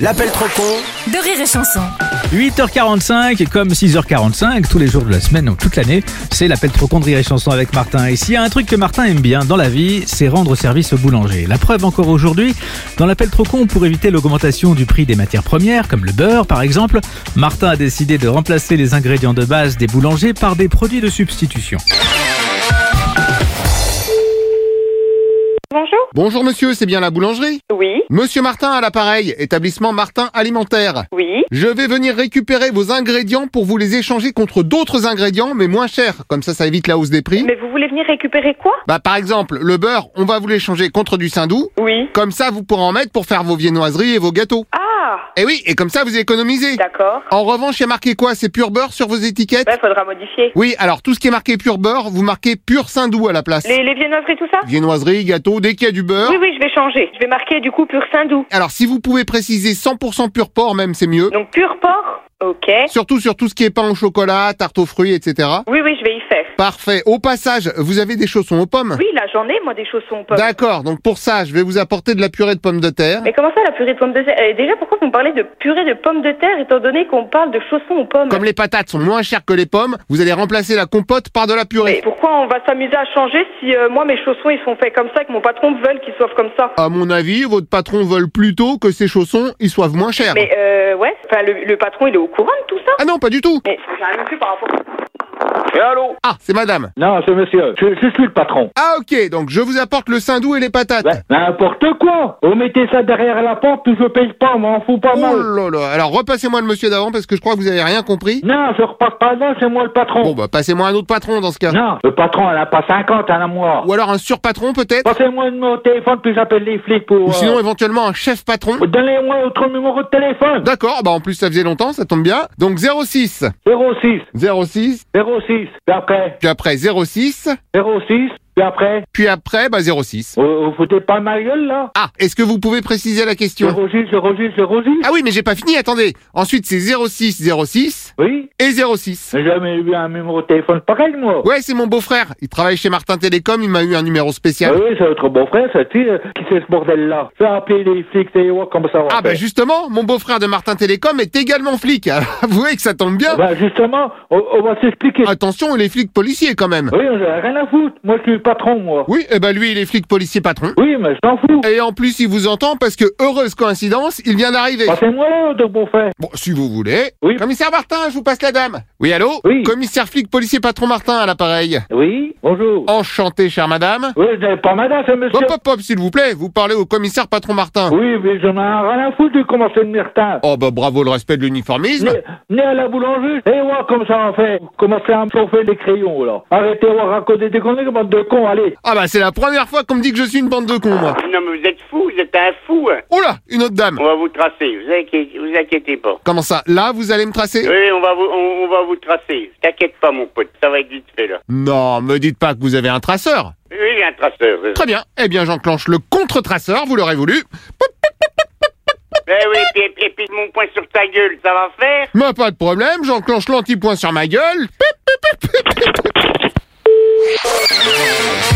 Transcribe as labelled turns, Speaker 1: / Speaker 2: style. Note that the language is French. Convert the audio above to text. Speaker 1: L'appel trop con
Speaker 2: de rire et chanson.
Speaker 3: 8h45, comme 6h45, tous les jours de la semaine, donc toute l'année, c'est l'appel trop con de rire et chanson avec Martin. Et s'il y a un truc que Martin aime bien dans la vie, c'est rendre service au boulanger. La preuve encore aujourd'hui, dans l'appel trop con, pour éviter l'augmentation du prix des matières premières, comme le beurre par exemple, Martin a décidé de remplacer les ingrédients de base des boulangers par des produits de substitution.
Speaker 4: Bonjour.
Speaker 5: Bonjour monsieur, c'est bien la boulangerie
Speaker 4: Oui,
Speaker 5: Monsieur Martin à l'appareil, établissement Martin Alimentaire.
Speaker 4: oui.
Speaker 5: Je vais venir récupérer vos ingrédients pour vous les échanger contre d'autres ingrédients mais moins chers, comme ça ça évite la hausse des prix.
Speaker 4: Mais vous voulez venir récupérer quoi
Speaker 5: Bah par exemple, le beurre, on va vous l'échanger contre du saindoux.
Speaker 4: Oui.
Speaker 5: Comme ça vous pourrez en mettre pour faire vos viennoiseries et vos gâteaux.
Speaker 4: Ah,
Speaker 5: Et oui, et comme ça vous économisez.
Speaker 4: d'accord.
Speaker 5: En revanche, il y a marqué quoi C'est pur beurre sur vos étiquettes
Speaker 4: Bah, faudra modifier.
Speaker 5: Oui, alors tout ce qui est marqué pur beurre, vous marquez pur saindoux à la place.
Speaker 4: Les, les viennoiseries, tout ça
Speaker 5: Viennoiseries, gâteaux, dès qu'il y a du beurre.
Speaker 4: Oui, oui, je vais changer. Je vais marquer du coup pur Saint-Doux.
Speaker 5: Alors si vous pouvez préciser 100% pur porc même, c'est mieux.
Speaker 4: Donc pur porc Ok.
Speaker 5: Surtout sur tout ce qui est pain au chocolat, tarte aux fruits, etc.
Speaker 4: Oui, oui, je vais y faire.
Speaker 5: Parfait. Au passage, vous avez des chaussons aux pommes
Speaker 4: Oui, là, j'en ai, moi, des chaussons aux pommes.
Speaker 5: D'accord, donc pour ça, je vais vous apporter de la purée de pommes de terre.
Speaker 4: Mais comment ça, la purée de pommes de terre Eh, Déjà, pourquoi vous me parlez de purée de pommes de terre étant donné qu'on parle de chaussons aux pommes
Speaker 5: Comme les patates sont moins chères que les pommes, vous allez remplacer la compote par de la
Speaker 4: Mais
Speaker 5: purée.
Speaker 4: pourquoi on va s'amuser à changer si euh, moi, mes chaussons, ils sont faits comme ça et que mon patron veut qu'ils soient comme ça
Speaker 5: À mon avis, votre patron veut plutôt que ces chaussons, ils soient moins chers.
Speaker 4: Mais euh, ouais, enfin, le, le patron, il est au courant de tout ça
Speaker 5: Ah non, pas du tout.
Speaker 4: Mais j'ai rien vu par rapport
Speaker 6: Et allô
Speaker 5: Ah, c'est madame.
Speaker 6: Non, c'est monsieur. Je, je suis le patron.
Speaker 5: Ah ok, donc je vous apporte le saindoux et les patates.
Speaker 6: Ouais, N'importe quoi Vous mettez ça derrière la porte, je paye pas, m'en fous pas
Speaker 5: Oh
Speaker 6: mal.
Speaker 5: là là, alors repassez-moi le monsieur d'avant parce que je crois que vous avez rien compris.
Speaker 6: Non, je repasse pas là, c'est moi le patron.
Speaker 5: Bon ben, bah passez-moi un autre patron dans ce cas.
Speaker 6: Non, le patron, elle a pas 50, elle a moi.
Speaker 5: Ou alors un surpatron peut-être
Speaker 6: Passez-moi le numéro de téléphone, puis j'appelle les flics pour...
Speaker 5: Ou
Speaker 6: euh,
Speaker 5: sinon éventuellement un chef patron
Speaker 6: Donnez-moi votre numéro de téléphone.
Speaker 5: D'accord, bah en plus ça faisait longtemps, ça tombe bien. Donc 06,
Speaker 6: 06,
Speaker 5: 06,
Speaker 6: 06, puis après,
Speaker 5: puis après 06,
Speaker 6: 06, puis après.
Speaker 5: puis après bah 06.
Speaker 6: Vous, vous foutez pas ma gueule, là
Speaker 5: Ah, est-ce que vous pouvez préciser la question
Speaker 6: 06, 06, 06
Speaker 5: Ah oui, mais j'ai pas fini, attendez. Ensuite c'est 06, 06
Speaker 6: Oui
Speaker 5: et 06.
Speaker 6: J'ai jamais eu un numéro de téléphone pareil, moi.
Speaker 5: Ouais, c'est mon beau-frère, il travaille chez Martin Télécom, il m'a eu un numéro
Speaker 6: Ah
Speaker 5: spécial.
Speaker 6: oui, c'est votre beau-frère, ça, tu sais, euh, qui c'est ce bordel-là Je vais appeler les flics, et voir comment ça va
Speaker 5: Ah bah
Speaker 6: faire.
Speaker 5: justement, mon beau-frère de Martin Télécom est également flic. Alors, Avouez que ça Ah, tombe bien.
Speaker 6: Bah, justement, on, on va s'expliquer.
Speaker 5: Attention, il est flic policier quand même.
Speaker 6: Oui, on a rien à foutre. Moi, je suis le patron, moi.
Speaker 5: Oui, eh bah lui il est flic policier patron.
Speaker 6: Oui, mais je t'en fous.
Speaker 5: Et en plus il vous entend parce que heureuse coïncidence, il vient d'arriver.
Speaker 6: Passez-moi là, votre beau-frère.
Speaker 5: Bon, si vous voulez.
Speaker 6: Ah. Oui.
Speaker 5: Commissaire Martin, je vous passe la dame. Oui, allô
Speaker 6: Oui.
Speaker 5: Commissaire flic, policier patron Martin à l'appareil.
Speaker 6: Oui,
Speaker 5: Ah.
Speaker 6: bonjour.
Speaker 5: Enchanté, chère madame.
Speaker 6: Oui, je n'ai pas madame, c'est monsieur.
Speaker 5: Hop, hop, hop, s'il vous plaît, vous parlez au commissaire patron Martin.
Speaker 6: Oui, mais j'en ai rien à foutre de commencer le mertin.
Speaker 5: Oh, bah bravo le respect de l'uniformisme.
Speaker 6: Venez venez à la boulangerie et voir comme ça on fait. Commencez à me chauffer les crayons, là. Arrêtez de raconter des conneries, bande de cons, allez.
Speaker 5: Ah, bah c'est la première fois qu'on me dit que je suis une bande de cons, moi.
Speaker 7: Non, mais vous êtes fou, vous êtes un fou. hein.
Speaker 5: Oh là, une autre dame.
Speaker 7: On va vous tracer, vous inquiétez, vous inquiétez pas.
Speaker 5: Comment ça Là, vous allez me tracer
Speaker 7: Oui, on va vous, on, on va vous tracer. T'inquiète pas, mon pote, ça va être vite fait, là.
Speaker 5: Non, me dites pas que vous avez un traceur.
Speaker 7: Oui, il y a un traceur. euh.
Speaker 5: Très bien. Eh bien, j'enclenche le contre-traceur, vous l'aurez voulu. Poup.
Speaker 7: Eh oui, et puis, et puis mon poing sur ta gueule, ça va faire
Speaker 5: Mais pas de problème, j'enclenche l'antipoint sur ma gueule. Poup, poup, poup, poup, poup, poup.